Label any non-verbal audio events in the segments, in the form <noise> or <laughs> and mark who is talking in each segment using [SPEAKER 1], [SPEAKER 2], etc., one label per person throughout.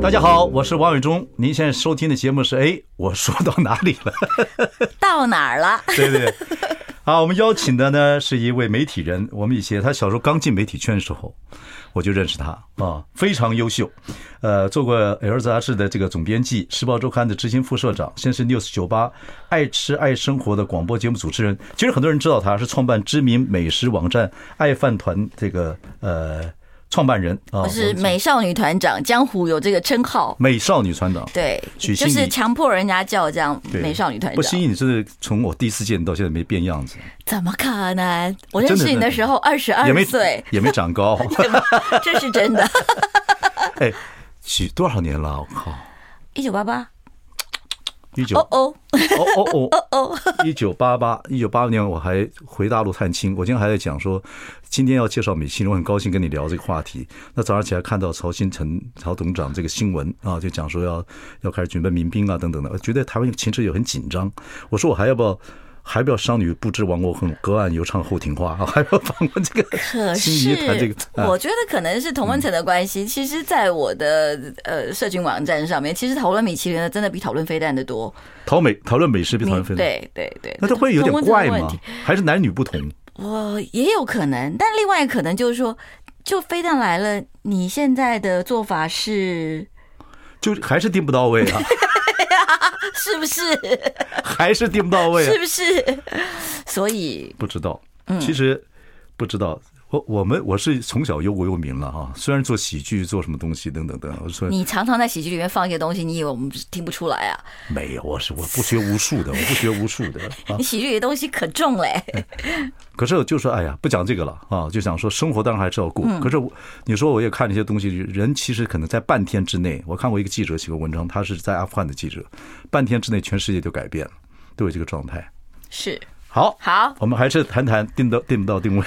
[SPEAKER 1] 大家好，我是王伟忠，您现在收听的节目是，哎，我说到哪里了？
[SPEAKER 2] 到哪儿了？
[SPEAKER 1] <laughs> 对对。啊，我们邀请的呢是一位媒体人，我们以前他小时候刚进媒体圈的时候，我就认识他啊，非常优秀，呃，做过《L 杂志》的这个总编辑，《时报周刊》的执行副社长，先是 News 九八爱吃爱生活的广播节目主持人。其实很多人知道他是创办知名美食网站爱饭团这个呃创办人啊，
[SPEAKER 2] 我哦是美少女团长，江湖有这个称号。
[SPEAKER 1] 美少女团长，
[SPEAKER 2] 对，
[SPEAKER 1] 许
[SPEAKER 2] 就
[SPEAKER 1] 昕
[SPEAKER 2] 是
[SPEAKER 1] 你
[SPEAKER 2] 强迫人家叫这样
[SPEAKER 1] 对
[SPEAKER 2] 美少女团
[SPEAKER 1] 不，心
[SPEAKER 2] 长，
[SPEAKER 1] 怡，你真的从我第一次见你到现在没变样子，
[SPEAKER 2] 怎么可能？我
[SPEAKER 1] 哎真的
[SPEAKER 2] 认识你的时候二十二
[SPEAKER 1] 也没 <laughs>
[SPEAKER 2] 岁，
[SPEAKER 1] 也没长高，
[SPEAKER 2] 这是真
[SPEAKER 1] <laughs>
[SPEAKER 2] 的。
[SPEAKER 1] 哎，许多少年了，我靠。
[SPEAKER 2] 一九八八，
[SPEAKER 1] 一九
[SPEAKER 2] 哦哦，
[SPEAKER 1] 哦哦哦哦，一九八八一九八年我还回大陆探亲，我今天还在讲说，今天要介绍米其林，我很高兴跟你聊这个话题。那早上起来看到曹新成曹董事长这个新闻啊，就讲说要要开始准备民兵啊等等的，我觉得台湾情势也很紧张。我说我还要不要？还不要商女不知亡国恨，隔岸犹唱后庭花啊！还要访问这 <laughs>
[SPEAKER 2] 可
[SPEAKER 1] 个心
[SPEAKER 2] 是
[SPEAKER 1] 仪谈这个，啊嗯
[SPEAKER 2] 我觉得可能是同温层的关系。其实，在我的呃社群网站上面，其实讨论米其林的真的比讨论飞弹的多。
[SPEAKER 1] 讨美讨论美食比讨论
[SPEAKER 2] 你
[SPEAKER 1] 分，
[SPEAKER 2] 对对对，
[SPEAKER 1] 那这会有
[SPEAKER 2] 同
[SPEAKER 1] 点
[SPEAKER 2] 温层的
[SPEAKER 1] 怪
[SPEAKER 2] 问
[SPEAKER 1] 吗
[SPEAKER 2] 题？
[SPEAKER 1] 还是男女不同？
[SPEAKER 2] 我也有可能，但另外可能就是说，就飞弹来了，你现在的做法是 <laughs>
[SPEAKER 1] 就还是定不到位啊，
[SPEAKER 2] 是不是？
[SPEAKER 1] 还是定不到位啊
[SPEAKER 2] 是。不嗯是？ <laughs> 所以
[SPEAKER 1] 不知道，其实不知道。我我们我是从小忧国忧民了哈、虽然做喜剧做什么东西等等等，我说
[SPEAKER 2] 你常常在喜剧里面放一些东西，你以为我们听不出来啊？
[SPEAKER 1] 没有，我是我不学无术的，我不学无术的啊。
[SPEAKER 2] 你喜剧里的东西可重欸嘞、
[SPEAKER 1] 可是我就说，哎呀，不讲这个了啊，就想说生活当然还是要过。
[SPEAKER 2] 嗯
[SPEAKER 1] 可是我你说我也看了一些东西，人其实可能在半天之内，我看过一个记者写过文章，他是在阿富汗的记者，半天之内全世界就改变了，都有这个状态。
[SPEAKER 2] 是
[SPEAKER 1] 好，
[SPEAKER 2] 好，
[SPEAKER 1] 我们还是谈谈定到定不到定位，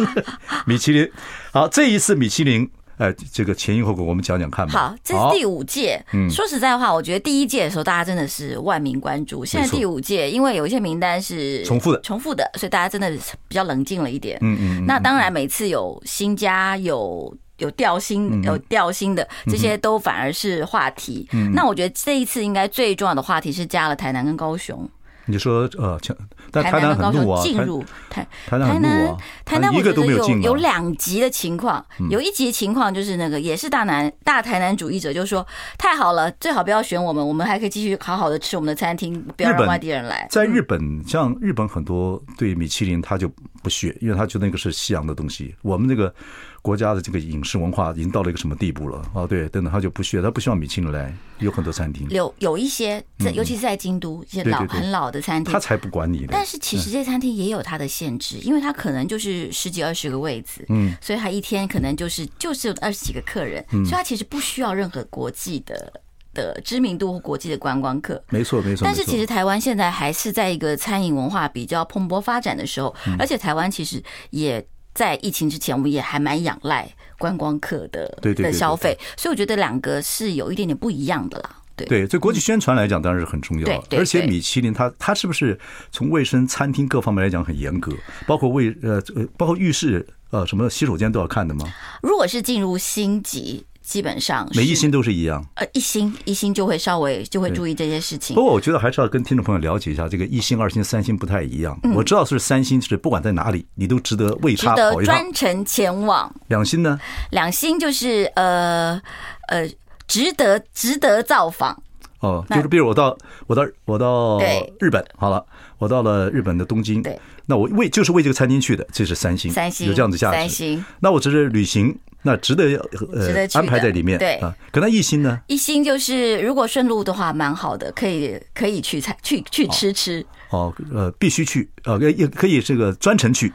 [SPEAKER 1] <laughs> 米其林。好，这一次米其林，哎、这个前因后果我们讲讲看吧。
[SPEAKER 2] 好，这是
[SPEAKER 1] 好嗯
[SPEAKER 2] 第五届。说实在话，我觉得第一届的时候大家真的是万民关注，现在
[SPEAKER 1] 没错
[SPEAKER 2] 第五届，因为有一些名单是
[SPEAKER 1] 重复的
[SPEAKER 2] 重复的，所以大家真的是比较冷静了一点。
[SPEAKER 1] 嗯嗯嗯，
[SPEAKER 2] 那当然，每次有新家有。有调
[SPEAKER 1] 嗯
[SPEAKER 2] 薪，有调薪的，这些都反而是话题。
[SPEAKER 1] 嗯
[SPEAKER 2] 那我觉得这一次应该最重要的话题是加了台南跟高雄，
[SPEAKER 1] 你说呃，前但台
[SPEAKER 2] 南
[SPEAKER 1] 南
[SPEAKER 2] 跟高
[SPEAKER 1] 很怒
[SPEAKER 2] 雄
[SPEAKER 1] 啊，
[SPEAKER 2] 进
[SPEAKER 1] 台
[SPEAKER 2] 入台
[SPEAKER 1] 台南很怒啊，
[SPEAKER 2] 台南，我
[SPEAKER 1] 一
[SPEAKER 2] 觉
[SPEAKER 1] 个都
[SPEAKER 2] 得
[SPEAKER 1] 没
[SPEAKER 2] 有
[SPEAKER 1] 进啊，嗯
[SPEAKER 2] 有两级的情况，有一级情况就是那个也是大南大台南主义者，就说太好了，最好不要选我们，我们还可以继续好好的吃我们的餐厅，不要
[SPEAKER 1] 日
[SPEAKER 2] 让
[SPEAKER 1] 本
[SPEAKER 2] 外地人来。
[SPEAKER 1] 在日本，像日本很多对米其林他就不屑，因为他觉得那个是西洋的东西。我们这个国家的这个饮食文化已经到了一个什么地步了啊？对，等等，他就不屑，他不希望米其林来，有很多餐厅，
[SPEAKER 2] 有有一些，这尤其是在京都一
[SPEAKER 1] 嗯
[SPEAKER 2] 些
[SPEAKER 1] 对对
[SPEAKER 2] 老
[SPEAKER 1] 对
[SPEAKER 2] 很老的餐厅
[SPEAKER 1] 他，嗯才不管你的。
[SPEAKER 2] 嗯但是其实这些餐厅也有它的限制，因为它可能就是十几二十个位子，嗯，所以它一天可能就是就是有二十几个客人，
[SPEAKER 1] 嗯
[SPEAKER 2] 所以它其实不需要任何国际的的知名度或国际的观光客。
[SPEAKER 1] 没错，没错。
[SPEAKER 2] 但是
[SPEAKER 1] 没错
[SPEAKER 2] 其实台湾现在还是在一个餐饮文化比较蓬勃发展的时候，
[SPEAKER 1] 嗯
[SPEAKER 2] 而且台湾其实也在疫情之前，我们也还蛮仰赖观光客的
[SPEAKER 1] 对对对对
[SPEAKER 2] 的消费，所以我觉得两个是有一点点不一样的啦。对，嗯
[SPEAKER 1] 对，对国际宣传来讲当然是很重要
[SPEAKER 2] 对
[SPEAKER 1] 的，
[SPEAKER 2] 对
[SPEAKER 1] 而且
[SPEAKER 2] 对
[SPEAKER 1] 米其林它它是不是从卫生、餐厅各方面来讲很严格，包括卫呃呃包括浴室呃什么洗手间都要看的吗？
[SPEAKER 2] 如果是进入星级，基本上是
[SPEAKER 1] 每一星都是一样。
[SPEAKER 2] 呃，一星一星就会稍微就会注意这些事情
[SPEAKER 1] 不。过我觉得还是要跟听众朋友了解一下，这个一星、二星、三星不太一样。我知道是三星是不管在哪里，你都值得为
[SPEAKER 2] 嗯值
[SPEAKER 1] 它
[SPEAKER 2] 得
[SPEAKER 1] 跑一趟。
[SPEAKER 2] 专程前往，
[SPEAKER 1] 两星呢，
[SPEAKER 2] 两星就是呃呃，值得值得造访，
[SPEAKER 1] 哦，
[SPEAKER 2] 那
[SPEAKER 1] 就是比如我到我到我到
[SPEAKER 2] 对
[SPEAKER 1] 日本好了，我到了日本的东京
[SPEAKER 2] 对，
[SPEAKER 1] 那我为就是为这个餐厅去的，这是三星，
[SPEAKER 2] 三星
[SPEAKER 1] 有这样子价值。
[SPEAKER 2] 三星
[SPEAKER 1] 那我只是旅行，那值得呃
[SPEAKER 2] 值得去的
[SPEAKER 1] 安排在里面。
[SPEAKER 2] 对
[SPEAKER 1] 啊，可那一星呢？
[SPEAKER 2] 一星就是如果顺路的话，蛮好的，可以可以去菜去去吃吃。
[SPEAKER 1] 哦，呃，必须去，呃，也也可以这个专程去，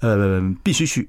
[SPEAKER 1] 呃，必须去。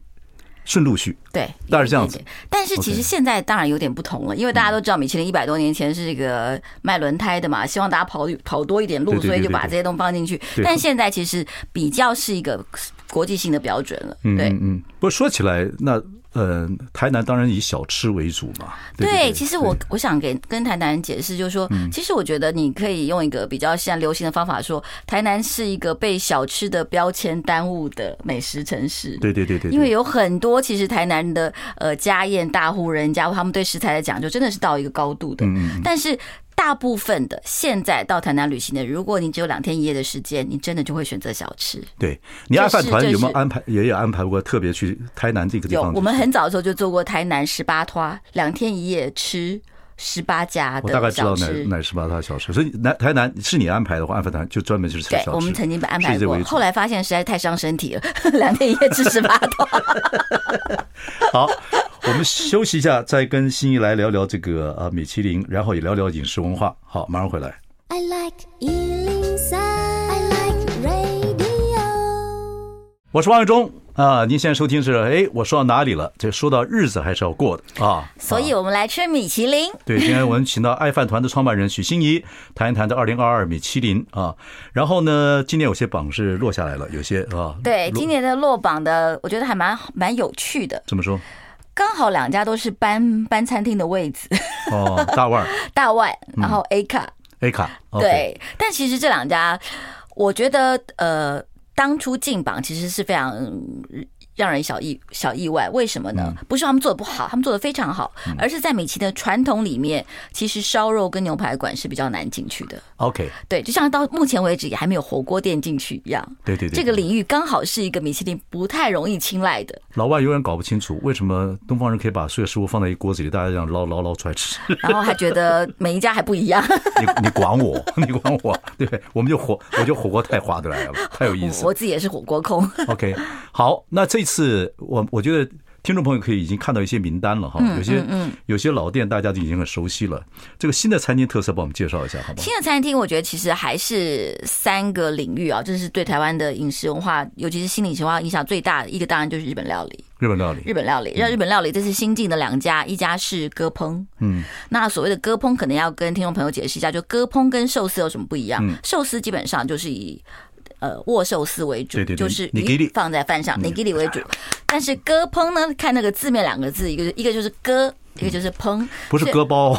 [SPEAKER 1] 顺路序，
[SPEAKER 2] 对，
[SPEAKER 1] 大概是这样子
[SPEAKER 2] 有一点点。但是其实现在当然有点不同了，因为大家都知道米其林一百
[SPEAKER 1] 嗯
[SPEAKER 2] 多年前是这个卖轮胎的嘛，希望大家跑跑多一点
[SPEAKER 1] 对
[SPEAKER 2] 路，
[SPEAKER 1] 对对
[SPEAKER 2] 所以就
[SPEAKER 1] 对
[SPEAKER 2] 把
[SPEAKER 1] 对
[SPEAKER 2] 这些东西放进去
[SPEAKER 1] 对。
[SPEAKER 2] 但现在其实比较是一个国际性的标准了，
[SPEAKER 1] 嗯
[SPEAKER 2] 对
[SPEAKER 1] 嗯。嗯。不过说起来，那呃，台南当然以小吃为主嘛。对不对，
[SPEAKER 2] 其实我
[SPEAKER 1] 对嗯
[SPEAKER 2] 我想给跟台南人解释，就是说，其实我觉得你可以用一个比较现在流行的方法说，台南是一个被小吃的标签耽误的美食城市。
[SPEAKER 1] 对对对对，
[SPEAKER 2] 因为
[SPEAKER 1] 对
[SPEAKER 2] 有很多其实台南的呃家宴大户人家，他们对食材的讲究真的是到一个高度
[SPEAKER 1] 嗯
[SPEAKER 2] 的。但是大部分的现在到台南旅行的，如果你只有两天一夜的时间，你真的就会选择小吃。
[SPEAKER 1] 对，你
[SPEAKER 2] 这
[SPEAKER 1] 爱饭
[SPEAKER 2] 是
[SPEAKER 1] 团
[SPEAKER 2] 这
[SPEAKER 1] 有没有
[SPEAKER 2] 是
[SPEAKER 1] 安排？也有安排过特别去台南这个地
[SPEAKER 2] 有
[SPEAKER 1] 方去吃？
[SPEAKER 2] 我们很早的时候就做过台南十八拖，两天一夜吃十八家
[SPEAKER 1] 我大概
[SPEAKER 2] 的
[SPEAKER 1] 知道
[SPEAKER 2] 小
[SPEAKER 1] 哪
[SPEAKER 2] 吃。
[SPEAKER 1] 哪十八大小吃，所以南台南是你安排的话，安排团就专门就是吃
[SPEAKER 2] 对
[SPEAKER 1] 小吃。，
[SPEAKER 2] 我们曾经安排
[SPEAKER 1] 是这
[SPEAKER 2] 过
[SPEAKER 1] 为，主
[SPEAKER 2] 后来发现实在太伤身体了， <laughs> 两天一夜吃十八
[SPEAKER 1] <laughs>
[SPEAKER 2] 拖。
[SPEAKER 1] 好， <laughs> 我们休息一下，再跟心怡来聊聊这个呃米其林，然后也聊聊饮食文化。好，马上回来。
[SPEAKER 3] I like Ealing Sound. I like radio.
[SPEAKER 1] 我是王伟忠啊，您现在收听是哎，我说到哪里了？这说到日子还是要过的啊。
[SPEAKER 2] 所以
[SPEAKER 1] 啊
[SPEAKER 2] 我们来吃米其林。
[SPEAKER 1] 对，今天我们请到爱饭团的创办人许欣怡谈一谈这二零二二米其林啊。然后呢，今年有些榜是落下来了，有些啊，
[SPEAKER 2] 对，
[SPEAKER 1] 落
[SPEAKER 2] 今年的落榜的，我觉得还蛮蛮有趣的。
[SPEAKER 1] 怎么说？
[SPEAKER 2] 刚好两家都是搬搬餐厅的位置， <laughs>
[SPEAKER 1] 哦，大腕儿
[SPEAKER 2] 大外，然后 A 卡、
[SPEAKER 1] A 卡，OK，
[SPEAKER 2] 对。但其实这两家，我觉得呃，当初进榜其实是非常嗯让人小意小意外。为什么呢？
[SPEAKER 1] 嗯
[SPEAKER 2] 不是他们做的不好，他们做的非常好，而是在米其林的传统里面，其实烧肉跟牛排馆是比较难进去的。
[SPEAKER 1] OK，
[SPEAKER 2] 对，就像到目前为止也还没有火锅店进去一样。
[SPEAKER 1] 对对对，
[SPEAKER 2] 这个领域刚好是一个米其林不太容易青睐的，
[SPEAKER 1] 老外永远搞不清楚为什么东方人可以把所有食物放在一锅子里，大家这样捞捞捞出来吃。
[SPEAKER 2] 然后还觉得每一家还不一样。
[SPEAKER 1] 你你管我， <laughs> 你管我，对，我们就火，我觉得火锅太划得来
[SPEAKER 2] <laughs>
[SPEAKER 1] 了，太 <laughs> 有意思
[SPEAKER 2] 我。自己也是火锅控，
[SPEAKER 1] OK，好，那这次我我觉得听众朋友可以已经看到一些名单了哈，
[SPEAKER 2] 嗯
[SPEAKER 1] 有些有些老店大家就已经很熟悉了。这个新的餐厅特色，帮我们介绍一下
[SPEAKER 2] <laughs>
[SPEAKER 1] 好吗？
[SPEAKER 2] 新的餐厅，我觉得其实还是三个领域啊，这是对台湾的饮食文化，尤其是心理文化影响最大的一个，当然就是日本料理。
[SPEAKER 1] 日本料理，
[SPEAKER 2] 日本料理，让日本料理这次新进的两家，一家是鸽烹，嗯，那所谓的鸽烹，可能要跟听众朋友解释一下，就鸽烹跟寿司有什么不一样？
[SPEAKER 1] 嗯
[SPEAKER 2] 寿司基本上就是以呃握寿司为主，
[SPEAKER 1] 对对对
[SPEAKER 2] 就是鱼
[SPEAKER 1] nigiri
[SPEAKER 2] 放在饭上，nigiri 为主。但是鸽烹呢，看那个字面两个字，一个一个就是鸽，一个就是烹，
[SPEAKER 1] 不是
[SPEAKER 2] 所以
[SPEAKER 1] 割包，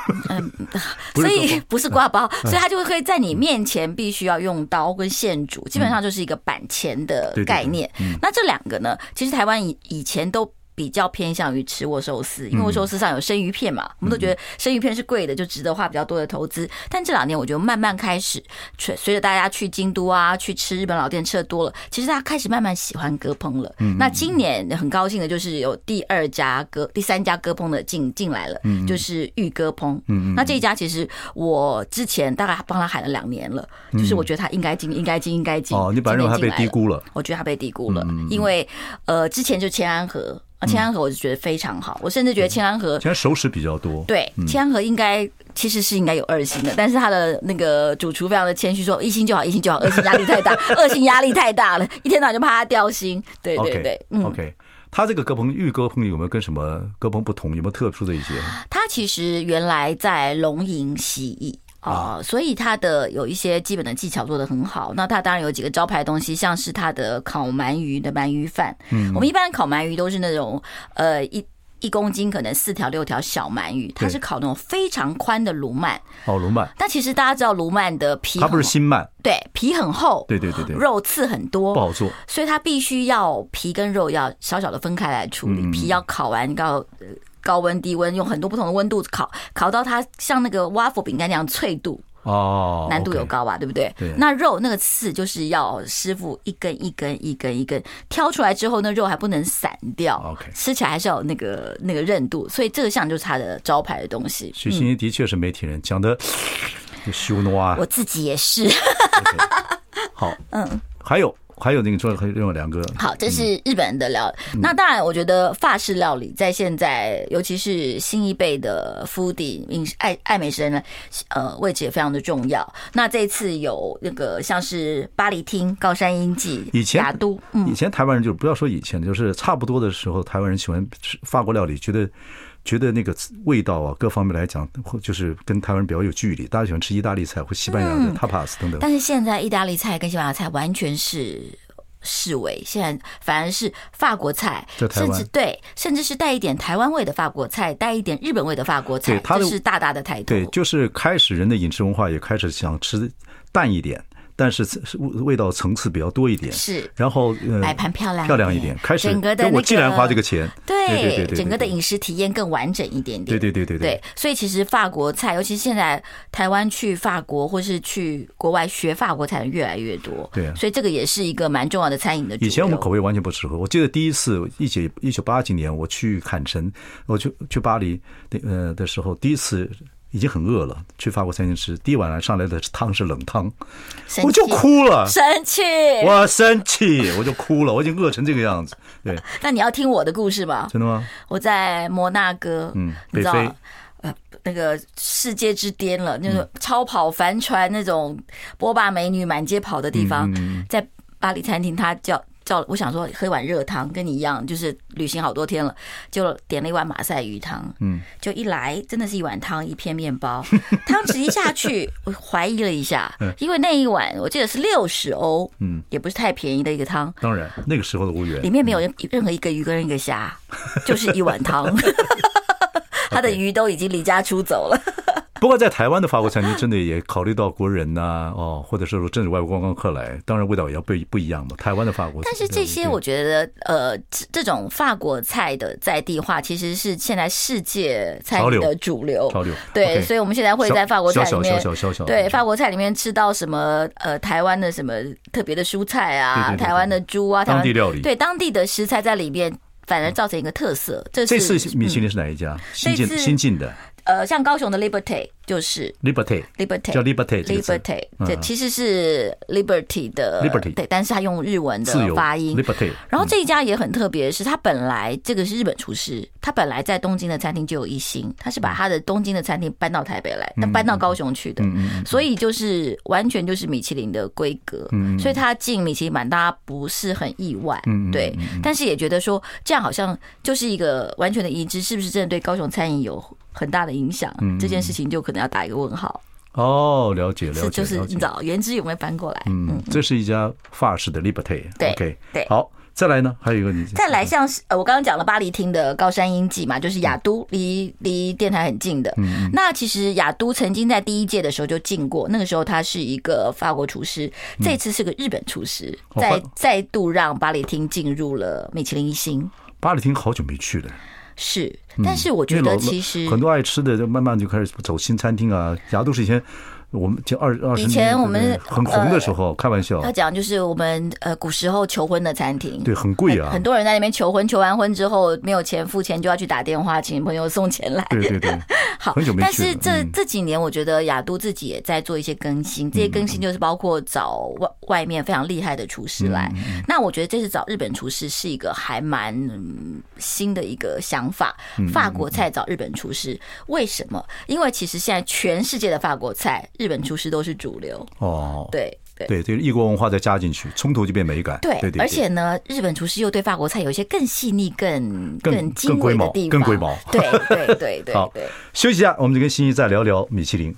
[SPEAKER 1] <laughs> 不是
[SPEAKER 2] 嗯
[SPEAKER 1] 嗯
[SPEAKER 2] 所
[SPEAKER 1] 割
[SPEAKER 2] 以不 <laughs> 是挂包，所以它就会在你面前必须要用刀跟线煮，基本上就是一个板前的
[SPEAKER 1] 对对对
[SPEAKER 2] 概念。
[SPEAKER 1] 嗯
[SPEAKER 2] 那这两个呢，其实台湾以以前都。比较偏向于吃握寿司，因为握寿司上有生鱼片嘛，我们都觉
[SPEAKER 1] 嗯
[SPEAKER 2] 得生鱼片是贵的，就值得花比较多的投资。但这两年我觉得慢慢开始，随随着大家去京都啊，去吃日本老店吃的多了，其实大家开始慢慢喜欢鸽烹了。
[SPEAKER 1] 嗯
[SPEAKER 2] 那今年很高兴的就是有第二家鸽、第三家鸽烹的进进来了，
[SPEAKER 1] 嗯
[SPEAKER 2] 就是玉鸽烹。那这一家其实我之前大概帮他喊了两年了，就是我觉得他应该进，应该进，应该进。
[SPEAKER 1] 嗯
[SPEAKER 2] <laughs>
[SPEAKER 1] 哦，你本来认为它
[SPEAKER 2] 今
[SPEAKER 1] 被
[SPEAKER 2] 年进来
[SPEAKER 1] 低
[SPEAKER 2] 了
[SPEAKER 1] 估了，
[SPEAKER 2] 我觉得他被低估了，因为呃，之前就千安河，啊，千安河我就觉得非常好，我甚至觉得千安河
[SPEAKER 1] 现在熟食比较多。
[SPEAKER 2] 对千安河应该。其实是应该有二星的，但是他的那个主厨非常的谦虚，说一星就好，一星就好，二星压力太大，二星压力太大了，一天到晚就怕他掉星。对对
[SPEAKER 1] OK，
[SPEAKER 2] 对，嗯，
[SPEAKER 1] OK，它这个鸽棚玉鸽棚有没有跟什么鸽棚不同？有没有特殊的一些？
[SPEAKER 2] 他其实原来在龙吟洗艺。
[SPEAKER 1] 啊
[SPEAKER 2] 哦，所以他的有一些基本的技巧做得很好。那他当然有几个招牌的东西，像是他的烤鳗鱼的鳗鱼饭。嗯，我们一般烤鳗鱼都是那种呃一一公斤可能四条六条小鳗鱼，它
[SPEAKER 1] 对
[SPEAKER 2] 是烤那种非常宽的卢鳗。
[SPEAKER 1] 哦，卢曼，
[SPEAKER 2] 但其实大家知道卢鳗的皮
[SPEAKER 1] 它
[SPEAKER 2] 很
[SPEAKER 1] 不是新曼，
[SPEAKER 2] 对皮很厚，
[SPEAKER 1] 对对对对，
[SPEAKER 2] 肉刺很多，
[SPEAKER 1] 不好做。
[SPEAKER 2] 所以它必须要皮跟肉要小小的分开来处
[SPEAKER 1] 嗯
[SPEAKER 2] 理，皮要烤完高呃高温、低温，用很多不同的温度烤，烤到它像那个 waffle 饼干那样脆度，
[SPEAKER 1] 哦，
[SPEAKER 2] 难度有
[SPEAKER 1] OK
[SPEAKER 2] 高啊吧，对不对
[SPEAKER 1] 对？
[SPEAKER 2] 那肉那个刺就是要师傅一根一根一根一根挑出来之后，那肉还不能散掉
[SPEAKER 1] OK
[SPEAKER 2] 吃起来还是要有那个那个韧度，所以这个像就是它的招牌的东西。嗯
[SPEAKER 1] 许欣怡的确是媒体人，讲的羞怒啊
[SPEAKER 2] 我。自己也是，
[SPEAKER 1] 好，嗯，还有还有那个说还有两个，
[SPEAKER 2] 好，这
[SPEAKER 1] 嗯
[SPEAKER 2] 是日本人的料理。那当然，我觉得法式料理在现在，尤其是新一辈的 foodie 饮食爱爱美食人呢，呃，位置也非常的重要。那这一次有那个像是巴黎厅、高山英记、
[SPEAKER 1] 以前
[SPEAKER 2] 雅都，嗯
[SPEAKER 1] 以前台湾人就是不要说以前，就是差不多的时候，台湾人喜欢吃法国料理，觉得觉得那个味道啊，各方面来讲，或就是跟台湾人比较有距离。大家喜欢吃意大利菜或西班牙的 tapas 等等。
[SPEAKER 2] 但是现在意大利菜跟西班牙菜完全是视为，现在反而是法国菜
[SPEAKER 1] 在，台湾
[SPEAKER 2] 甚至对，甚至是带一点台湾味的法国菜，带一点日本味的法国菜
[SPEAKER 1] 对，它的
[SPEAKER 2] 这是大大的态度。
[SPEAKER 1] 对，就是开始人的饮食文化也开始想吃淡一点，但是是味味道层次比较多一点。
[SPEAKER 2] 是
[SPEAKER 1] 然后呃，
[SPEAKER 2] 摆盘漂亮一点
[SPEAKER 1] 漂亮一点，开始
[SPEAKER 2] 整个的
[SPEAKER 1] 就
[SPEAKER 2] 那
[SPEAKER 1] 我
[SPEAKER 2] 个
[SPEAKER 1] 既然花这个钱，
[SPEAKER 2] 对
[SPEAKER 1] 对对对对
[SPEAKER 2] 整个的
[SPEAKER 1] 对
[SPEAKER 2] 饮食体验更完整一点点。
[SPEAKER 1] 对对对对对
[SPEAKER 2] 所以其实法国菜，尤其现在台湾去法国或是去国外学法国菜的越来越多，
[SPEAKER 1] 对啊
[SPEAKER 2] 所以这个也是一个蛮重要的餐饮的主流。
[SPEAKER 1] 以前我们口味完全不适合。我记得第一次一九一九八几年我去坎城，我去去巴黎的呃的时候，第一次已经很饿了，去法国餐厅吃，第一碗上来的汤是冷汤，
[SPEAKER 2] 生气
[SPEAKER 1] 我就，哭了，
[SPEAKER 2] 生气。
[SPEAKER 1] 我生气，我就哭了，我已经饿成这个样子。对，
[SPEAKER 2] 那你要听我的故事吗？
[SPEAKER 1] 真的吗？
[SPEAKER 2] 我在摩纳哥，
[SPEAKER 1] 嗯
[SPEAKER 2] 你知道
[SPEAKER 1] 北非。嗯
[SPEAKER 2] 呃，那个世界之巅了，那种超跑、帆船那种波霸美女满街跑的地
[SPEAKER 1] 嗯
[SPEAKER 2] 方，在巴黎餐厅，他叫叫，我想说喝一碗热汤，跟你一样，就是旅行好多天了，就点了一碗马赛鱼汤，嗯，就一来真的是一碗汤，一片面包，汤匙一下去，我怀疑了一下，
[SPEAKER 1] 嗯
[SPEAKER 2] 因为那一碗我记得是六十欧，嗯，也不是太便宜的一个汤，
[SPEAKER 1] 当然，那个时候的无缘
[SPEAKER 2] 里。面没有任任何一个鱼跟一个虾，
[SPEAKER 1] <laughs>
[SPEAKER 2] 就是一碗汤。他的鱼都已经离家出走了，
[SPEAKER 1] 不过在台湾的法国餐厅，真的也考虑到国人呐、哦，或者是说真是外国观光客来，当然味道也要不不一样嘛。台湾的法国，
[SPEAKER 2] <laughs> 但是这些
[SPEAKER 1] 对
[SPEAKER 2] 我觉得，呃，这这种法国菜的在地化其实是现在世界餐饮的主流。
[SPEAKER 1] 潮流
[SPEAKER 2] 对，
[SPEAKER 1] OK
[SPEAKER 2] 所以我们现在会在法国菜里面
[SPEAKER 1] 小小小小小小小，
[SPEAKER 2] 对法国菜里面吃到什么呃台湾的什么特别的蔬菜啊，
[SPEAKER 1] 对对对对
[SPEAKER 2] 台湾的猪啊，台湾
[SPEAKER 1] 当地料理
[SPEAKER 2] 对当地的食材在里面，反而造成一个特色。这
[SPEAKER 1] 这
[SPEAKER 2] 是
[SPEAKER 1] 次米其林是哪一家？新
[SPEAKER 2] 这
[SPEAKER 1] 进
[SPEAKER 2] 次
[SPEAKER 1] 新进的
[SPEAKER 2] 呃，像高雄的 Liberty 就是
[SPEAKER 1] Liberty，
[SPEAKER 2] Liberty
[SPEAKER 1] 叫 Liberty 这个词
[SPEAKER 2] Liberty，
[SPEAKER 1] 嗯
[SPEAKER 2] 对，其实是 Liberty 的
[SPEAKER 1] Liberty
[SPEAKER 2] 对，但是他用日文
[SPEAKER 1] 自
[SPEAKER 2] 的
[SPEAKER 1] 由
[SPEAKER 2] 发音。
[SPEAKER 1] Liberty。
[SPEAKER 2] 然后这一家也很特别，是他本来这个是日本厨师，他本来在东京的餐厅就有一星，他是把他的东京的餐厅搬到台北来，
[SPEAKER 1] 嗯
[SPEAKER 2] 那搬到高雄去的，所以就是完全就是米其林的规格，
[SPEAKER 1] 嗯
[SPEAKER 2] 所以他进米其林版，大家不是很意外，对，但是也觉得说这样好像就是一个完全的移植，是不是真的对高雄餐饮有很大的影响？
[SPEAKER 1] 嗯
[SPEAKER 2] 这件事情就可能要打一个问号。
[SPEAKER 1] 哦，了解了
[SPEAKER 2] 是
[SPEAKER 1] 解
[SPEAKER 2] 就是
[SPEAKER 1] 了
[SPEAKER 2] 你
[SPEAKER 1] 解
[SPEAKER 2] 知。道原汁原味翻过来。
[SPEAKER 1] 嗯，这是一家法式的 Liberty。
[SPEAKER 2] 对
[SPEAKER 1] OK，
[SPEAKER 2] 对
[SPEAKER 1] 好，再来呢，还有一个你
[SPEAKER 2] 再来像是呃，我刚刚讲了巴黎厅的高山英记嘛，就是雅都离离电台很近的。
[SPEAKER 1] 嗯
[SPEAKER 2] 那其实雅都曾经在第一届的时候就进过，那个时候他是一个法国厨师，这次是个日本厨师，
[SPEAKER 1] 嗯哦
[SPEAKER 2] 再
[SPEAKER 1] 法
[SPEAKER 2] 再度让巴黎厅进入了米其林一星。
[SPEAKER 1] 巴黎厅，好久没去了。
[SPEAKER 2] 是，但是我觉
[SPEAKER 1] 嗯因为
[SPEAKER 2] 得
[SPEAKER 1] 老
[SPEAKER 2] 其实
[SPEAKER 1] 很多爱吃的，就慢慢就开始走新餐厅啊。雅都是以前我们就二二十
[SPEAKER 2] 以前
[SPEAKER 1] 年
[SPEAKER 2] 我们呃
[SPEAKER 1] 呃很红的时候，开玩笑
[SPEAKER 2] 他，讲就是我们呃古时候求婚的餐厅，
[SPEAKER 1] 对，很贵啊
[SPEAKER 2] 很。多人在那边求婚，求完婚之后没有钱付钱，就要去打电话请朋友送钱来。
[SPEAKER 1] 对对对，
[SPEAKER 2] 好，
[SPEAKER 1] 很久没
[SPEAKER 2] 但
[SPEAKER 1] 去
[SPEAKER 2] 是
[SPEAKER 1] 了
[SPEAKER 2] 这
[SPEAKER 1] 嗯
[SPEAKER 2] 这几年，我觉得雅都自己也在做一些更新，这些更新就是包括找外外面非常厉害的厨师来。
[SPEAKER 1] 嗯
[SPEAKER 2] 那我觉得这次找日本厨师是一个还蛮嗯新的一个想法。
[SPEAKER 1] 嗯
[SPEAKER 2] 法国菜找日本厨师，为什么？因为其实现在全世界的法国菜，日本厨师都是主流。
[SPEAKER 1] 哦，
[SPEAKER 2] <laughs> 对对。
[SPEAKER 1] 对，这个异国文化再加进去，冲突就变美感。对对，
[SPEAKER 2] 而且呢，日本厨师又对法国菜有一些更细腻、更
[SPEAKER 1] 更
[SPEAKER 2] 精微的地方，
[SPEAKER 1] 更龟毛
[SPEAKER 2] 对对对
[SPEAKER 1] <laughs>
[SPEAKER 2] 对
[SPEAKER 1] 好
[SPEAKER 2] 对。
[SPEAKER 1] 休息一下，我们就跟欣怡再聊聊米其林。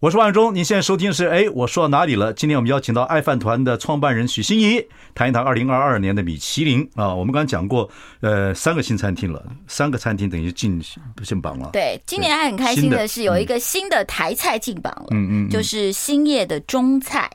[SPEAKER 1] 我是万忠，您现在收听的是哎，我说到哪里了？今天我们邀请到爱饭团的创办人许欣怡，谈一谈二零二二年的米其林啊。我们刚刚讲过，呃，三个新餐厅了，三个餐厅等于进进榜了。
[SPEAKER 2] 对，今年
[SPEAKER 1] 对
[SPEAKER 2] 还很开心
[SPEAKER 1] 新的
[SPEAKER 2] 的是有一个新的台菜进榜了，
[SPEAKER 1] 嗯嗯嗯
[SPEAKER 2] 就是兴业的中菜，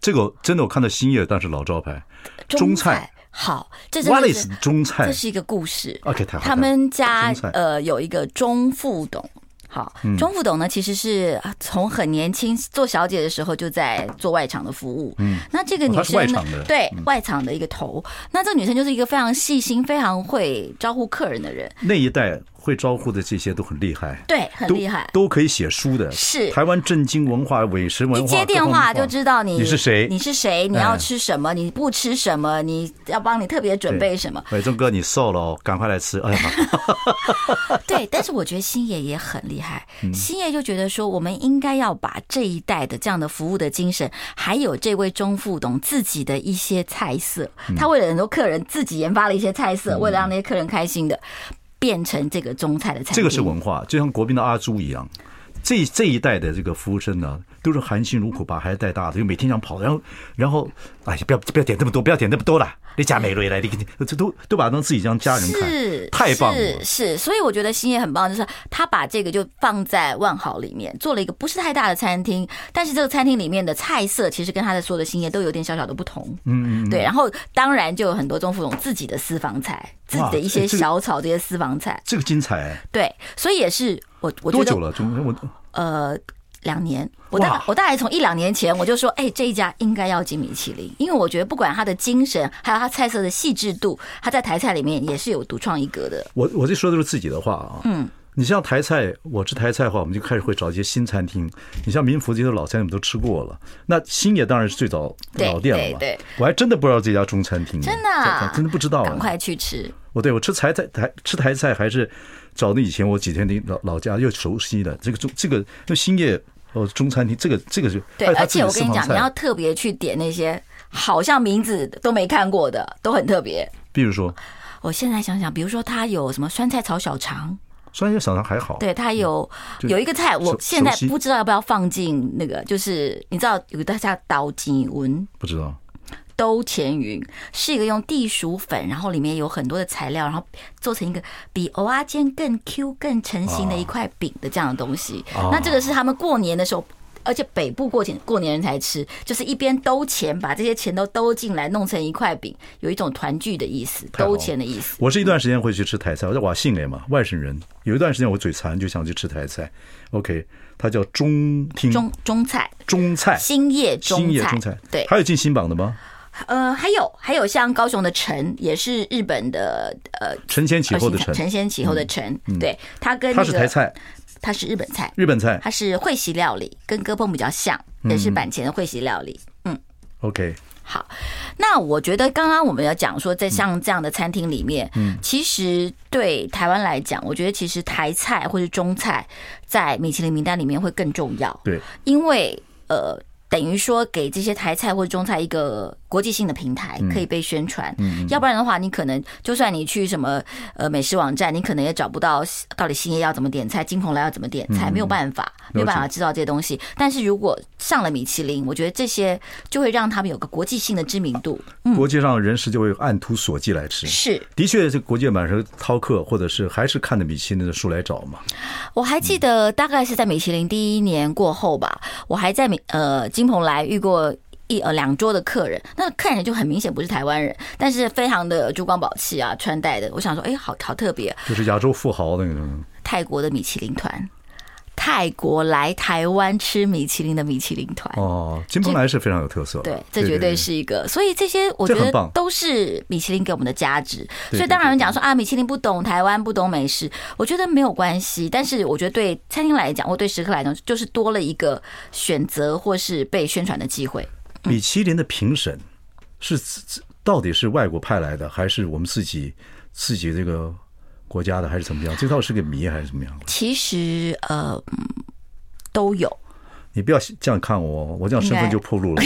[SPEAKER 1] 这个真的我看到欣叶当时老招牌中
[SPEAKER 2] 中
[SPEAKER 1] 菜
[SPEAKER 2] 好，这真的
[SPEAKER 1] ，Wallace
[SPEAKER 2] 是
[SPEAKER 1] 中菜哦
[SPEAKER 2] 这是一个故事。
[SPEAKER 1] ，OK，太好了。
[SPEAKER 2] 他们家
[SPEAKER 1] 中菜嗯
[SPEAKER 2] 呃有一个钟副董。好，钟副董呢，其实是啊从很年轻做小姐的时候就在做外场的服务。嗯，那这个
[SPEAKER 1] 哦
[SPEAKER 2] 女
[SPEAKER 1] 她是外
[SPEAKER 2] 生呢
[SPEAKER 1] 场的，嗯
[SPEAKER 2] 对外场的一个头，那这个女生就是一个非常细心、非常会招呼客人的人。
[SPEAKER 1] 那一代会招呼的这些都很厉害，
[SPEAKER 2] 对，很厉害。
[SPEAKER 1] 都都可以写书的，
[SPEAKER 2] 是
[SPEAKER 1] 台湾震惊文化、美食文化，
[SPEAKER 2] 一接电话就知道你
[SPEAKER 1] 你是谁嗯
[SPEAKER 2] 你是谁，你要吃什么，你不吃什么，你要帮你特别准备什么。 <laughs>
[SPEAKER 1] 伟忠哥，你瘦了哦，赶快来吃！哎呀，
[SPEAKER 2] 对，但是我觉得星爷也很厉害。
[SPEAKER 1] 嗯
[SPEAKER 2] 星爷就觉得说，我们应该要把这一代的这样的服务的精神，还有这位钟副董自己的一些菜色，
[SPEAKER 1] 嗯
[SPEAKER 2] 他为了很多客人自己研发了一些菜色，为了让那些客人开心的，变成这个中菜的菜。
[SPEAKER 1] 这个是文化，就像国宾的阿朱一样，这这一代的这个服务生呢，都是含辛茹苦把孩子带大的，就每天想跑，然后然后，哎呀，不要不要点这么多，不要点这么多了，你加美瑞来，你你这都都把它当自己当家人看，
[SPEAKER 2] 是
[SPEAKER 1] 太棒了
[SPEAKER 2] 是，是，所以我觉得星爷很棒，就是他把这个就放在万豪里面做了一个不是太大的餐厅，但是这个餐厅里面的菜色其实跟他的所有的星爷都有点小小的不同，嗯嗯对，然后当然就有很多钟副总自己的私房菜，自己的一些
[SPEAKER 1] 哇这个
[SPEAKER 2] 小炒这些私房菜，
[SPEAKER 1] 这个精彩。
[SPEAKER 2] 对，所以也是我我觉
[SPEAKER 1] 多
[SPEAKER 2] 得
[SPEAKER 1] 久了？中我
[SPEAKER 2] 呃。两年，我大
[SPEAKER 1] 哇
[SPEAKER 2] 我大概从一两年前我就说，哎，这一家应该要进米其林，因为我觉得不管他的精神，还有他菜色的细致度，他在台菜里面也是有独创一格的。
[SPEAKER 1] 我我这说的都是自己的话啊。嗯，你像台菜，我吃台菜的话，我们就开始会找一些新餐厅。你像民福这些老餐厅，我们都吃过了。那新野当然是最早
[SPEAKER 2] 对
[SPEAKER 1] 老店了嘛。
[SPEAKER 2] 对对
[SPEAKER 1] 我还真的不知道这家中餐厅呢，
[SPEAKER 2] 真的啊
[SPEAKER 1] 真的不知道。
[SPEAKER 2] 赶快去吃。
[SPEAKER 1] 我对我吃台菜台吃台菜还是找那以前我几天的老老家又熟悉的这个中这个那新野哦中餐厅这个这个是
[SPEAKER 2] 对，
[SPEAKER 1] 还有他
[SPEAKER 2] 而
[SPEAKER 1] 自己
[SPEAKER 2] 且
[SPEAKER 1] 的
[SPEAKER 2] 我跟你
[SPEAKER 1] 私
[SPEAKER 2] 讲，
[SPEAKER 1] 房
[SPEAKER 2] 你
[SPEAKER 1] 菜
[SPEAKER 2] 要特别去点那些好像名字都没看过的，都很特别。
[SPEAKER 1] 比如说
[SPEAKER 2] 我现在想想，比如说它有什么酸菜炒小肠，
[SPEAKER 1] 虽然小肠还好，
[SPEAKER 2] 对，它有
[SPEAKER 1] 嗯就
[SPEAKER 2] 有一个菜，我
[SPEAKER 1] 熟
[SPEAKER 2] 现在
[SPEAKER 1] 熟悉
[SPEAKER 2] 不知道要不要放进那个，就是你知道有个叫刀鸡文。
[SPEAKER 1] 不知道
[SPEAKER 2] 兜钱云是一个用地薯粉，然后里面有很多的材料，然后做成一个比蚵仔煎更 Q、更
[SPEAKER 1] 啊
[SPEAKER 2] 成型的一块饼的这样的东西。
[SPEAKER 1] 哦
[SPEAKER 2] 那这个是他们过年的时候。而且北部过年过年人才吃，就是一边兜钱，把这些钱都兜进来，弄成一块饼，有一种团聚的意思，
[SPEAKER 1] 太好了
[SPEAKER 2] 兜钱的意思。
[SPEAKER 1] 我是一段时间会去吃台菜，我在瓦信嘞嘛，外省人。有一段时间我嘴馋，就想去吃台菜。OK，它叫中厅
[SPEAKER 2] 中中菜，
[SPEAKER 1] 中菜，
[SPEAKER 2] 兴业
[SPEAKER 1] 新
[SPEAKER 2] 中
[SPEAKER 1] 野
[SPEAKER 2] 菜，
[SPEAKER 1] 哎中菜。
[SPEAKER 2] 对，
[SPEAKER 1] 还有进新榜的吗？
[SPEAKER 2] 呃，还有还有像高雄的陈，也是日本的呃
[SPEAKER 1] 承前启后的
[SPEAKER 2] 陈
[SPEAKER 1] 陈，
[SPEAKER 2] 先启后的陈，对他跟、那
[SPEAKER 1] 它
[SPEAKER 2] 个、
[SPEAKER 1] 是台，菜，
[SPEAKER 2] 他是日本菜，
[SPEAKER 1] 日本菜。
[SPEAKER 2] 它是会席料理，跟割烹比较像，也是板前的会席料理。
[SPEAKER 1] OK，
[SPEAKER 2] 好，那我觉得刚刚我们要讲说，在像这样的餐厅里面，嗯，其实对台湾来讲，我觉得其实台菜或是中菜在米其林名单里面会更重要，
[SPEAKER 1] 对，
[SPEAKER 2] 因为呃。等于说给这些台菜或中菜一个国际性的平台，可以被宣传。要不然的话，你可能就算你去什么呃美食网站，你可能也找不到到底新叶要怎么点菜，金鹏来要怎么点菜，没有办法，没有办法知道这些东西。但是如果上了米其林，我觉得这些就会让他们有个国际性的知名度。
[SPEAKER 1] 国际上人士就会按图索骥来吃。
[SPEAKER 2] 是
[SPEAKER 1] 的确，这国际版是饕客，或者是还是看着米其林的书来找嘛。
[SPEAKER 2] 我还记得大概是在米其林第一年过后吧，我还在米呃金鹏来遇过。一呃两桌的客人，那看起来就很明显不是台湾人，但是非常的珠光宝气啊，穿戴的，我想说，哎，好好特别，
[SPEAKER 1] 就是亚洲富豪那种，
[SPEAKER 2] 泰国的米其林团，泰国来台湾吃米其林的米其林团，
[SPEAKER 1] 哦，金鹏来是非常有特色的。
[SPEAKER 2] 哎对，这绝对是一个。所以这些我觉
[SPEAKER 1] 这很
[SPEAKER 2] 得
[SPEAKER 1] 棒
[SPEAKER 2] 都是米其林给我们的价值。
[SPEAKER 1] 对
[SPEAKER 2] 所以当然有人讲说啊，米其林不懂台湾，不懂美食，我觉得没有关系。但是我觉得对餐厅来讲，或对食客来讲，就是多了一个选择或是被宣传的机会。
[SPEAKER 1] 米其林的评审是自自到底是外国派来的，还是我们自己自己这个国家的，还是怎么样？这到底是个谜还是怎么样？
[SPEAKER 2] 其实呃，嗯都有。
[SPEAKER 1] 你不要这样看我，我这样身份就暴露了。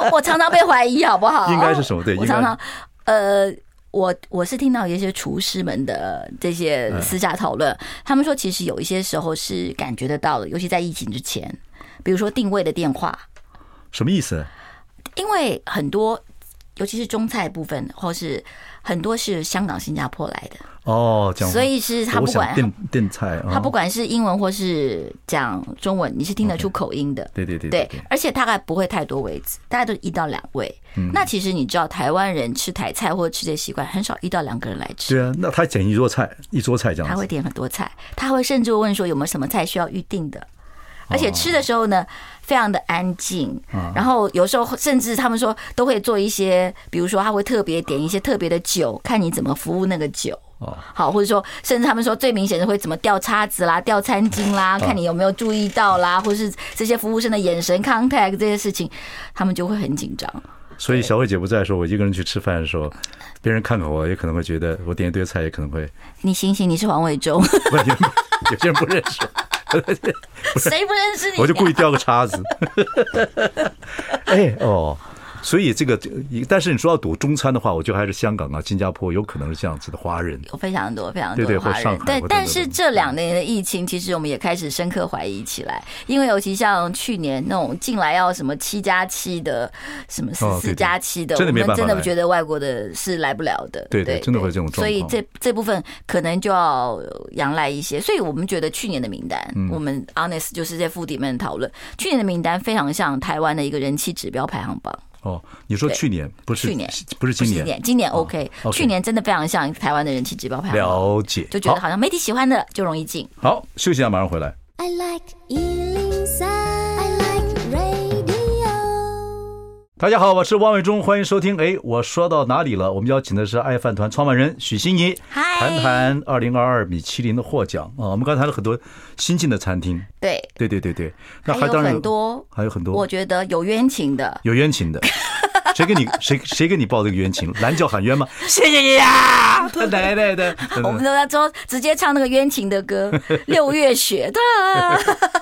[SPEAKER 2] 我我常常被怀疑，好不 <laughs> 好？
[SPEAKER 1] 应该是什么对
[SPEAKER 2] 我
[SPEAKER 1] 应该
[SPEAKER 2] 常常，呃，我我是听到一些厨师们的这些
[SPEAKER 1] 嗯
[SPEAKER 2] 私下讨论，他们说其实有一些时候是感觉得到的，尤其在疫情之前，比如说定位的电话，
[SPEAKER 1] 什么意思？
[SPEAKER 2] 因为很多。尤其是中菜部分，或是很多是香港、新加坡来的，
[SPEAKER 1] 哦，讲
[SPEAKER 2] 所以是他
[SPEAKER 1] 我
[SPEAKER 2] 不
[SPEAKER 1] 想
[SPEAKER 2] 管
[SPEAKER 1] 电电菜啊，
[SPEAKER 2] <laughs> 他不管是英文或是讲中文，你是听得出口音的。
[SPEAKER 1] 对对对
[SPEAKER 2] 对
[SPEAKER 1] 对，
[SPEAKER 2] 而且大概不会太多位置，大概都一到两位。
[SPEAKER 1] 嗯
[SPEAKER 2] 那其实你知道，台湾人吃台菜或者吃这些习惯，很少一到两个人来吃。
[SPEAKER 1] 对啊，那他点一桌菜，一桌菜这
[SPEAKER 2] 他
[SPEAKER 1] 样
[SPEAKER 2] 会
[SPEAKER 1] 子，
[SPEAKER 2] 点很多菜，他会甚至问说有没有什么菜需要预定的。而且
[SPEAKER 1] 哦
[SPEAKER 2] 吃的时候呢，非常的安静。
[SPEAKER 1] 嗯
[SPEAKER 2] 然后有时候甚至他们说都会做一些，比如说他会特别点一些特别的酒，看你怎么服务那个酒。
[SPEAKER 1] 哦
[SPEAKER 2] 好，或者说甚至他们说最明显的会怎么掉叉子啦、掉餐巾
[SPEAKER 1] 哦
[SPEAKER 2] 啦，看你有没有注意到啦，或是这些服务生的眼神 contact 这些事情，他们就会很紧张。
[SPEAKER 1] 所以小慧姐不在的时候，我一个人去吃饭的时候，别人看看我，也可能会觉得我点一堆菜，也可能会 <laughs>
[SPEAKER 2] 你醒醒，你是黄伟忠， <laughs>
[SPEAKER 1] 不有有些人不认识我，
[SPEAKER 2] 谁不认识你、啊？
[SPEAKER 1] 我就故意掉个叉子。 <laughs> 哎哦，所以这个，但是你说要赌中餐的话，我觉得还是香港啊、新加坡有可能是这样子的华人。
[SPEAKER 2] 有非常多非常
[SPEAKER 1] 对
[SPEAKER 2] 多
[SPEAKER 1] 对
[SPEAKER 2] 的华
[SPEAKER 1] 或
[SPEAKER 2] 人
[SPEAKER 1] 上海，
[SPEAKER 2] 对
[SPEAKER 1] 或，等
[SPEAKER 2] 但
[SPEAKER 1] 等
[SPEAKER 2] 是
[SPEAKER 1] 等
[SPEAKER 2] 这两年的疫情，其实我们也开始深刻怀疑起来，因为尤其像去年那种进来要什么七加七的，什么十
[SPEAKER 1] 哦对
[SPEAKER 2] 四
[SPEAKER 1] 对
[SPEAKER 2] 加七的，
[SPEAKER 1] 真的没
[SPEAKER 2] 我们
[SPEAKER 1] 办法
[SPEAKER 2] 真的
[SPEAKER 1] 来
[SPEAKER 2] 觉得外国的是来不了的，
[SPEAKER 1] 对对真的会有这种状
[SPEAKER 2] 所以
[SPEAKER 1] 况
[SPEAKER 2] 这这部分可能就要仰赖一些，所以我们觉得去年的名单，
[SPEAKER 1] 嗯
[SPEAKER 2] 我们 honest 就是在副底面讨论，去年的名单非常像台湾的一个人气指标排行榜。
[SPEAKER 1] 哦，你说
[SPEAKER 2] 对
[SPEAKER 1] 去年不是
[SPEAKER 2] 去年
[SPEAKER 1] 不是
[SPEAKER 2] 不
[SPEAKER 1] 今
[SPEAKER 2] 是
[SPEAKER 1] 年哦
[SPEAKER 2] 年，今年 OK，、
[SPEAKER 1] OK
[SPEAKER 2] 去年真的非常像台湾的人气指标排行榜。
[SPEAKER 1] 了解，
[SPEAKER 2] 就觉得好像媒体喜欢的就容易进。
[SPEAKER 1] 好好休息一下，马上回来。
[SPEAKER 3] I like Ealing Sound. I like radio.
[SPEAKER 1] 大家好，我是汪伟忠，欢迎收听。哎，我说到哪里了？我们邀请的是爱饭团创办人许欣怡，
[SPEAKER 2] 嗨
[SPEAKER 1] 谈谈二零二二米其林的获奖啊。我们刚才谈了很多新进的餐厅，
[SPEAKER 2] 对，
[SPEAKER 1] 对对对对，那
[SPEAKER 2] 还
[SPEAKER 1] 还
[SPEAKER 2] 有
[SPEAKER 1] 当然
[SPEAKER 2] 很多，
[SPEAKER 1] 还有很多
[SPEAKER 2] 我觉得有冤情的。
[SPEAKER 1] 有冤情的。谁给你谁谁给你报这个冤情？拦轿喊冤吗？
[SPEAKER 2] <laughs> 谢谢呀！
[SPEAKER 1] 他奶奶的！等
[SPEAKER 2] 我们
[SPEAKER 1] 等
[SPEAKER 2] 都在说直接唱那个冤情的
[SPEAKER 1] <laughs>
[SPEAKER 2] 歌，《六月雪》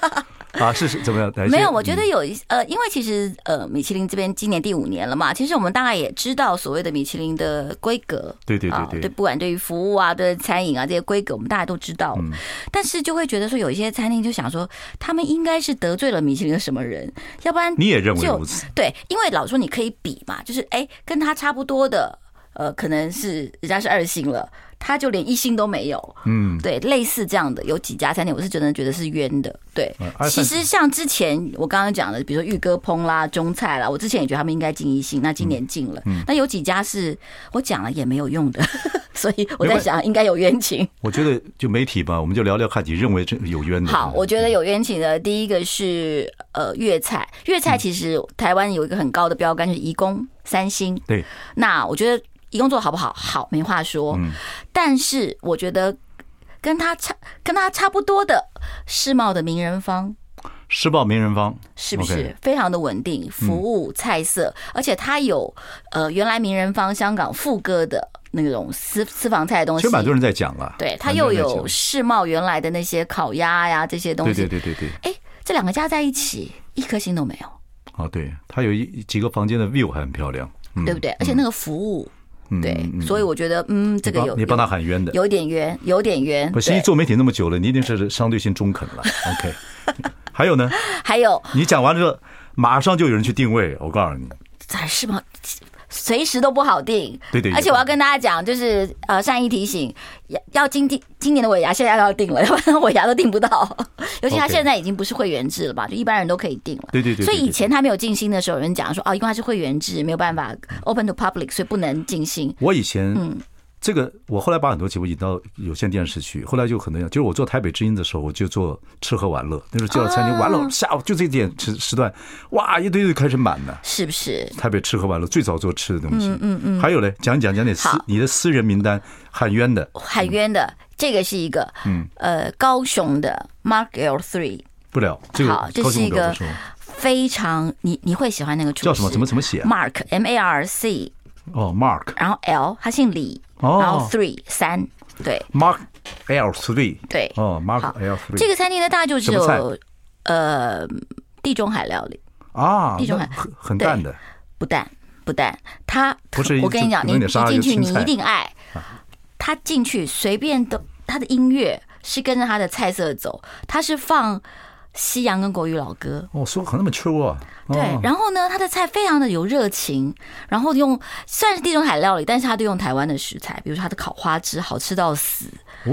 [SPEAKER 2] 的。
[SPEAKER 1] 啊，是是怎么样？来
[SPEAKER 2] 没有，
[SPEAKER 1] 先
[SPEAKER 2] 我觉得
[SPEAKER 1] 嗯
[SPEAKER 2] 有一呃，因为其实呃，米其林这边今年第五年了嘛，其实我们大概也知道所谓的米其林的规格，
[SPEAKER 1] 对对对
[SPEAKER 2] 啊
[SPEAKER 1] 对
[SPEAKER 2] 对，不管对于服务啊、对餐饮啊这些规格，我们大家都知道了。
[SPEAKER 1] 嗯
[SPEAKER 2] 但是就会觉得说，有一些餐厅就想说，他们应该是得罪了米其林的什么人，要不然
[SPEAKER 1] 你也认为
[SPEAKER 2] 就
[SPEAKER 1] 如此？
[SPEAKER 2] 对，因为老说你可以比嘛，就是哎、跟他差不多的，呃，可能是人家是二星了，他就连一星都没有。
[SPEAKER 1] 嗯，
[SPEAKER 2] 对，类似这样的有几家餐厅，我是真的觉得是冤的。对
[SPEAKER 1] 嗯，而
[SPEAKER 2] 其实像之前我刚刚讲的，比如说玉哥烹啦、中菜啦，我之前也觉得他们应该进一星，那今年进
[SPEAKER 1] 嗯
[SPEAKER 2] 了。那有几家是我讲了也没有用的， <laughs> 所以我
[SPEAKER 1] 没
[SPEAKER 2] 在
[SPEAKER 1] 关系嗯
[SPEAKER 2] 想应该有冤情。
[SPEAKER 1] 我觉得就媒体吧，我们就聊聊看，你认为这有冤的？
[SPEAKER 2] 好，我觉得有冤情的第一个是呃粤菜，粤
[SPEAKER 1] 嗯
[SPEAKER 2] 菜其实台湾有一个很高的标杆，就是移工三星。
[SPEAKER 1] 对，
[SPEAKER 2] 那我觉得一工作好不好？好，没话说。
[SPEAKER 1] 嗯
[SPEAKER 2] 但是我觉得跟他差跟他差不多的世贸的名人坊。
[SPEAKER 1] 施暴名人坊
[SPEAKER 2] 是不是
[SPEAKER 1] OK 嗯
[SPEAKER 2] 非常的稳定？服务菜色，而且它有呃，原来名人坊香港副歌的那种私私房菜的东
[SPEAKER 1] 其
[SPEAKER 2] 西
[SPEAKER 1] 实，蛮多人在讲了，
[SPEAKER 2] 对，它
[SPEAKER 1] 蛮
[SPEAKER 2] 又
[SPEAKER 1] 多人在
[SPEAKER 2] 有
[SPEAKER 1] 讲
[SPEAKER 2] 世贸原来的那些烤鸭呀这些东
[SPEAKER 1] 对
[SPEAKER 2] 西，
[SPEAKER 1] 对对对对，
[SPEAKER 2] 哎，这两个加在一起一颗星都没有，
[SPEAKER 1] 哦对，它有一几个房间的 view 还很漂亮，嗯
[SPEAKER 2] 对不对？而且那个服务，
[SPEAKER 1] 嗯
[SPEAKER 2] 对
[SPEAKER 1] 嗯，嗯
[SPEAKER 2] 所以我觉得，嗯，这个
[SPEAKER 1] 你帮
[SPEAKER 2] 有
[SPEAKER 1] 你帮他
[SPEAKER 2] 有
[SPEAKER 1] 喊冤的，
[SPEAKER 2] 有点冤，有点冤。
[SPEAKER 1] 我心里
[SPEAKER 2] 对，
[SPEAKER 1] 做媒体那么久了，你一定是相对性中肯了
[SPEAKER 2] <laughs>
[SPEAKER 1] ，OK？还有呢，
[SPEAKER 2] 还有
[SPEAKER 1] 你讲完之后，马上就有人去定位，我告诉你，
[SPEAKER 2] 在世贸。随时都不好定，
[SPEAKER 1] 对对
[SPEAKER 2] 而且我要跟大家讲，就是呃，善意提醒，要要今天今年的尾牙现在要定了，要 <laughs> 不然尾牙都定不到。尤其他
[SPEAKER 1] OK
[SPEAKER 2] 现在已经不是会员制了吧，就一般人都可以定了。
[SPEAKER 1] 对对对对
[SPEAKER 2] 所以
[SPEAKER 1] 对
[SPEAKER 2] 以前他没有进新的时候，有人讲说哦，因为他是会员制，没有办法 open to public，所以不能进新。
[SPEAKER 1] 我以前
[SPEAKER 2] 嗯
[SPEAKER 1] 这个，我后来把很多节目引到有线电视去，后来就很多样，就是我做台北之音的时候，我就做吃喝玩乐，那时候介绍餐厅，完
[SPEAKER 2] 啊
[SPEAKER 1] 了下午就这点时时段，哇，一堆就开始满了。
[SPEAKER 2] 是不是？
[SPEAKER 1] 台北吃喝玩乐最早做吃的东西，嗯嗯嗯，还有嘞，讲一讲讲点私
[SPEAKER 2] 好
[SPEAKER 1] 你的私人名单，喊冤的，
[SPEAKER 2] 喊冤的，这个是一个，嗯，呃，高雄的 Mark L Three，
[SPEAKER 1] 不了，这个
[SPEAKER 2] 好这
[SPEAKER 1] 高
[SPEAKER 2] 是
[SPEAKER 1] 兴
[SPEAKER 2] 一
[SPEAKER 1] 不了
[SPEAKER 2] 个
[SPEAKER 1] 不说
[SPEAKER 2] 非常你你会喜欢那个厨师
[SPEAKER 1] 叫什么怎么怎么写啊
[SPEAKER 2] Mark M A R C，
[SPEAKER 1] 哦，Mark
[SPEAKER 2] 然后 L 他姓李，
[SPEAKER 1] 哦
[SPEAKER 2] 然后 Three 三，对
[SPEAKER 1] Mark L three，
[SPEAKER 2] 对，
[SPEAKER 1] 哦，Mark
[SPEAKER 2] 好
[SPEAKER 1] L three，
[SPEAKER 2] 这个餐厅呢，大概就只
[SPEAKER 1] 什么
[SPEAKER 2] 有呃地中海料理，
[SPEAKER 1] 啊，
[SPEAKER 2] 地中
[SPEAKER 1] 那
[SPEAKER 2] 海
[SPEAKER 1] 很很
[SPEAKER 2] 对
[SPEAKER 1] 淡的，
[SPEAKER 2] 不淡不淡，他
[SPEAKER 1] 不是
[SPEAKER 2] 我跟你讲，
[SPEAKER 1] 就
[SPEAKER 2] 你
[SPEAKER 1] 有
[SPEAKER 2] 你
[SPEAKER 1] 点沙拉
[SPEAKER 2] 进去
[SPEAKER 1] 就
[SPEAKER 2] 你
[SPEAKER 1] 青菜啊
[SPEAKER 2] 一定爱，他进去随便都他的音乐是跟着他的菜色走，他是放西洋跟国语老歌。
[SPEAKER 1] 哦，说很那么秋啊，哦
[SPEAKER 2] 对，然后呢，他的菜非常的有热情，然后用虽然是地中海料理，但是他都用台湾的食材，比如说他的烤花枝好吃到死，
[SPEAKER 1] 哦，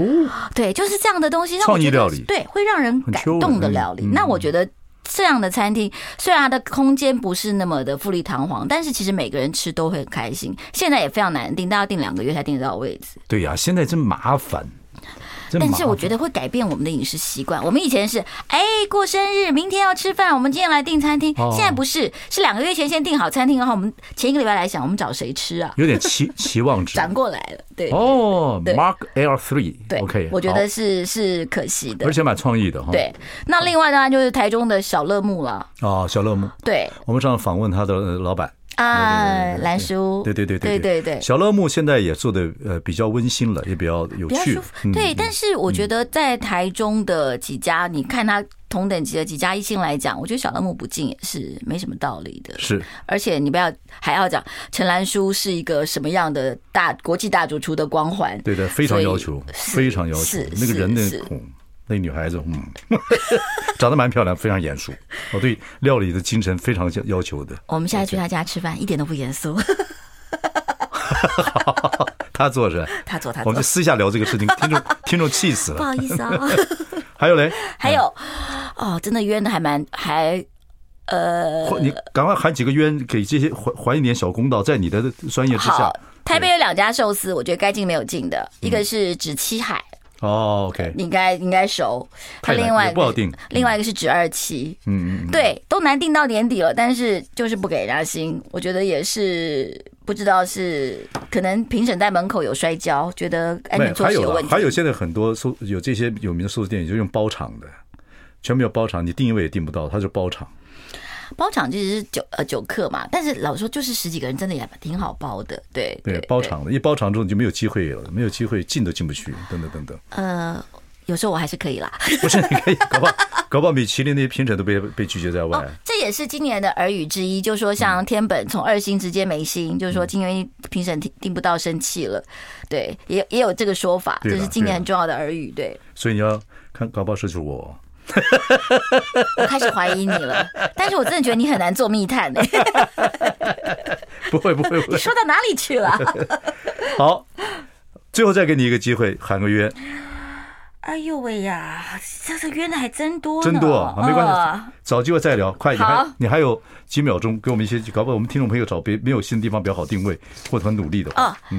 [SPEAKER 2] 对，就是这样的东西让我
[SPEAKER 1] 创意
[SPEAKER 2] 觉得
[SPEAKER 1] 料理
[SPEAKER 2] 对，会让人
[SPEAKER 1] 很
[SPEAKER 2] 感
[SPEAKER 1] Q
[SPEAKER 2] 动的
[SPEAKER 1] 的
[SPEAKER 2] 料理。
[SPEAKER 1] 嗯
[SPEAKER 2] 那我觉得。这样的餐厅虽然它的空间不是那么的富丽堂皇，但是其实每个人吃都会很开心。现在也非常难订，大家订两个月才订得到位置。
[SPEAKER 1] 对呀，现在真麻烦，真
[SPEAKER 2] 但
[SPEAKER 1] 麻
[SPEAKER 2] 是我
[SPEAKER 1] 烦
[SPEAKER 2] 觉得会改变我们的饮食习惯。我们以前是哎过生日，明天要吃饭，我们今天来订餐厅。
[SPEAKER 1] 哦
[SPEAKER 2] 现在不是，是两个月前先订好餐厅，然后我们前一个礼拜来想我们找谁吃啊，
[SPEAKER 1] 有点期期望
[SPEAKER 2] <laughs>
[SPEAKER 1] 值。
[SPEAKER 2] 转过来了。对，
[SPEAKER 1] 哦
[SPEAKER 2] 对
[SPEAKER 1] ，Mark Air Three，
[SPEAKER 2] 对
[SPEAKER 1] o k
[SPEAKER 2] 我觉得是是可惜的
[SPEAKER 1] 而。且蛮哦创意的哈。
[SPEAKER 2] 对，那另外当然就是台中的小乐木了。
[SPEAKER 1] 啊，小乐木，
[SPEAKER 2] 对
[SPEAKER 1] 我们上次访问他的呃老板，
[SPEAKER 2] 啊，蓝叔，
[SPEAKER 1] 对对对
[SPEAKER 2] 对对
[SPEAKER 1] 对
[SPEAKER 2] 对。
[SPEAKER 1] 小乐木现在也做的呃比较温馨了，也比较有
[SPEAKER 2] 比较
[SPEAKER 1] 趣嗯
[SPEAKER 2] 舒。服。对，但是我觉得在台中的几家，你看它同等级的几家一星来讲，我觉得小恶魔不进也是没什么道理的。
[SPEAKER 1] 嗯是
[SPEAKER 2] 而且你不要还要讲陈兰淑是一个什么样的大国际大主厨的光环。
[SPEAKER 1] 对的，非常要求，
[SPEAKER 2] 是
[SPEAKER 1] 非常要求
[SPEAKER 2] 是。
[SPEAKER 1] 那个人的
[SPEAKER 2] 是是
[SPEAKER 1] 嗯，那女孩子，嗯， <laughs> 长得蛮漂亮，非常严肃。我对料理的精神非常要求的。
[SPEAKER 2] 我们现在去他家吃饭，一点都不严
[SPEAKER 1] <laughs>
[SPEAKER 2] 肃。
[SPEAKER 1] 他做是吧，
[SPEAKER 2] 他做他
[SPEAKER 1] 我们就
[SPEAKER 2] 做，
[SPEAKER 1] 私下聊这个事情，听众听众气死
[SPEAKER 2] <laughs> 不
[SPEAKER 1] 了。
[SPEAKER 2] 好
[SPEAKER 1] <laughs>
[SPEAKER 2] 意思啊。
[SPEAKER 1] 还有嘞，
[SPEAKER 2] 还有，哦，真的冤的还蛮还呃
[SPEAKER 1] 你赶快喊几个冤，给这些还还一点小公道，在你的专业之下
[SPEAKER 2] 好。。台北有两家寿司，我觉得该进没有进的，
[SPEAKER 1] 嗯
[SPEAKER 2] 一个是指七海，
[SPEAKER 1] 哦，OK，
[SPEAKER 2] 你应该应该熟。它
[SPEAKER 1] 太难
[SPEAKER 2] 另外
[SPEAKER 1] 也不好定
[SPEAKER 2] 另外一个是指二期，
[SPEAKER 1] 嗯嗯嗯，
[SPEAKER 2] 对，都难定到年底了，但是就是不给人家薪，我觉得也是不知道是可能评审在门口有摔跤，觉得哎安
[SPEAKER 1] 没有，
[SPEAKER 2] 全措
[SPEAKER 1] 还
[SPEAKER 2] 施
[SPEAKER 1] 有
[SPEAKER 2] 问
[SPEAKER 1] 了，
[SPEAKER 2] 题
[SPEAKER 1] 还。有现在很多寿有这些有名的寿司店，就用包场的，全部要包场，你定位也定不到，它就包场。
[SPEAKER 2] 包场其实是九呃九客嘛，但是老实说就是十几个人，真的也挺好包的，对
[SPEAKER 1] 对，包。场的，一包场之后你就没有机会了，没有机会进都进不去，等等等等。 <laughs>
[SPEAKER 2] 呃，有时候我还是可以啦，
[SPEAKER 1] 不是， <laughs> 你可以搞不好，搞不好米其林那些评审都被被拒绝在外。
[SPEAKER 2] 哦这也是今年的耳语之一，就是说像天本从二星直接没星，就是
[SPEAKER 1] 嗯
[SPEAKER 2] 说今年评审听听不到生气了，对，也也有这个说法，
[SPEAKER 1] 对
[SPEAKER 2] 这
[SPEAKER 1] 的
[SPEAKER 2] 是今年很重要的耳语。对
[SPEAKER 1] 所以你要看，搞不好是就是我。 <laughs>
[SPEAKER 2] 我开始怀疑你了，但是我真的觉得你很难做密探、 <laughs> 欸，
[SPEAKER 1] 不会，不会，不
[SPEAKER 2] 你
[SPEAKER 1] 会。
[SPEAKER 2] 说到哪里去了？
[SPEAKER 1] 好，最后再给你一个机会，喊个约。
[SPEAKER 2] <laughs> 哎呦喂呀，这个冤的还真多呢，
[SPEAKER 1] 真多啊，没关系
[SPEAKER 2] 呃，
[SPEAKER 1] 找机会再聊，快！你
[SPEAKER 2] 好
[SPEAKER 1] 还你还有几秒钟，给我们一些，搞不好我们听众朋友找别没有新的地方比较好定位，或者很努力的话，
[SPEAKER 2] 哦，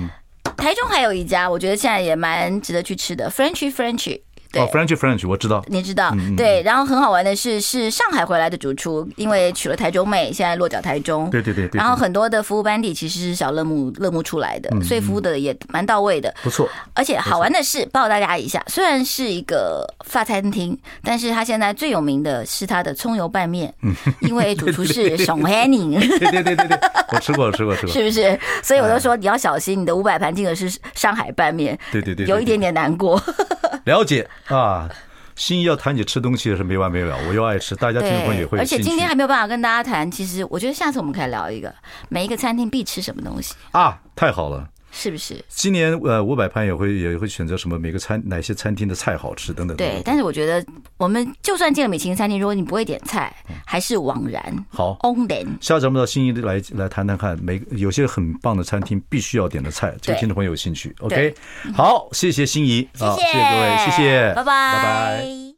[SPEAKER 2] 台中还有一家，我觉得现在也蛮值得去吃的，Frenchy Frenchy。对
[SPEAKER 1] 哦，French 嗯 French，我知道，
[SPEAKER 2] 你知道，对，然后很好玩的是，是上海回来的主厨，因为娶了台中妹，现在落脚台中。
[SPEAKER 1] 对对对对
[SPEAKER 2] 然后很多的服务班底其实是小乐木乐木出来的，
[SPEAKER 1] 嗯
[SPEAKER 2] 所以服务的也蛮到位的。
[SPEAKER 1] 不错，
[SPEAKER 2] 而且好玩的是，报大家一下，虽然是一个法餐厅，但是它现在最有名的是它的葱油拌面，因为主
[SPEAKER 1] <laughs>
[SPEAKER 2] 厨是熊 Henning，
[SPEAKER 1] 嗯对对对对对，我吃过，我吃过，吃过，
[SPEAKER 2] 是不是？所以我就说你要小心，你的五百盘进的是上海拌面，
[SPEAKER 1] 对对对对
[SPEAKER 2] 有一点点难过。
[SPEAKER 1] 了解啊。心仪要谈起吃东西是没完没了，我又爱吃，大家听众朋友也会有
[SPEAKER 2] 而且
[SPEAKER 1] 兴
[SPEAKER 2] 今天
[SPEAKER 1] 趣
[SPEAKER 2] 还没有办法跟大家谈。其实我觉得下次我们可以聊一个每一个餐厅必吃什么东西，
[SPEAKER 1] 啊，太好了。
[SPEAKER 2] 是不是？
[SPEAKER 1] 今年呃，五百潘也会也会选择什么每个餐哪些餐厅的菜好吃等等等
[SPEAKER 2] 对
[SPEAKER 1] 等。，
[SPEAKER 2] 但是我觉得我们就算进了米其林餐厅，如果你不会点菜，
[SPEAKER 1] 嗯
[SPEAKER 2] 还是枉然。
[SPEAKER 1] 好
[SPEAKER 2] on then，
[SPEAKER 1] 下次咱们到新义来来谈谈看，每有些很棒的餐厅必须要点的菜，这个
[SPEAKER 2] 对
[SPEAKER 1] 听众朋友有兴趣。
[SPEAKER 2] 对
[SPEAKER 1] OK，好，谢谢心仪，
[SPEAKER 2] 谢
[SPEAKER 1] 啊谢谢各位，谢谢，拜
[SPEAKER 2] 拜拜
[SPEAKER 1] 拜。
[SPEAKER 2] 拜。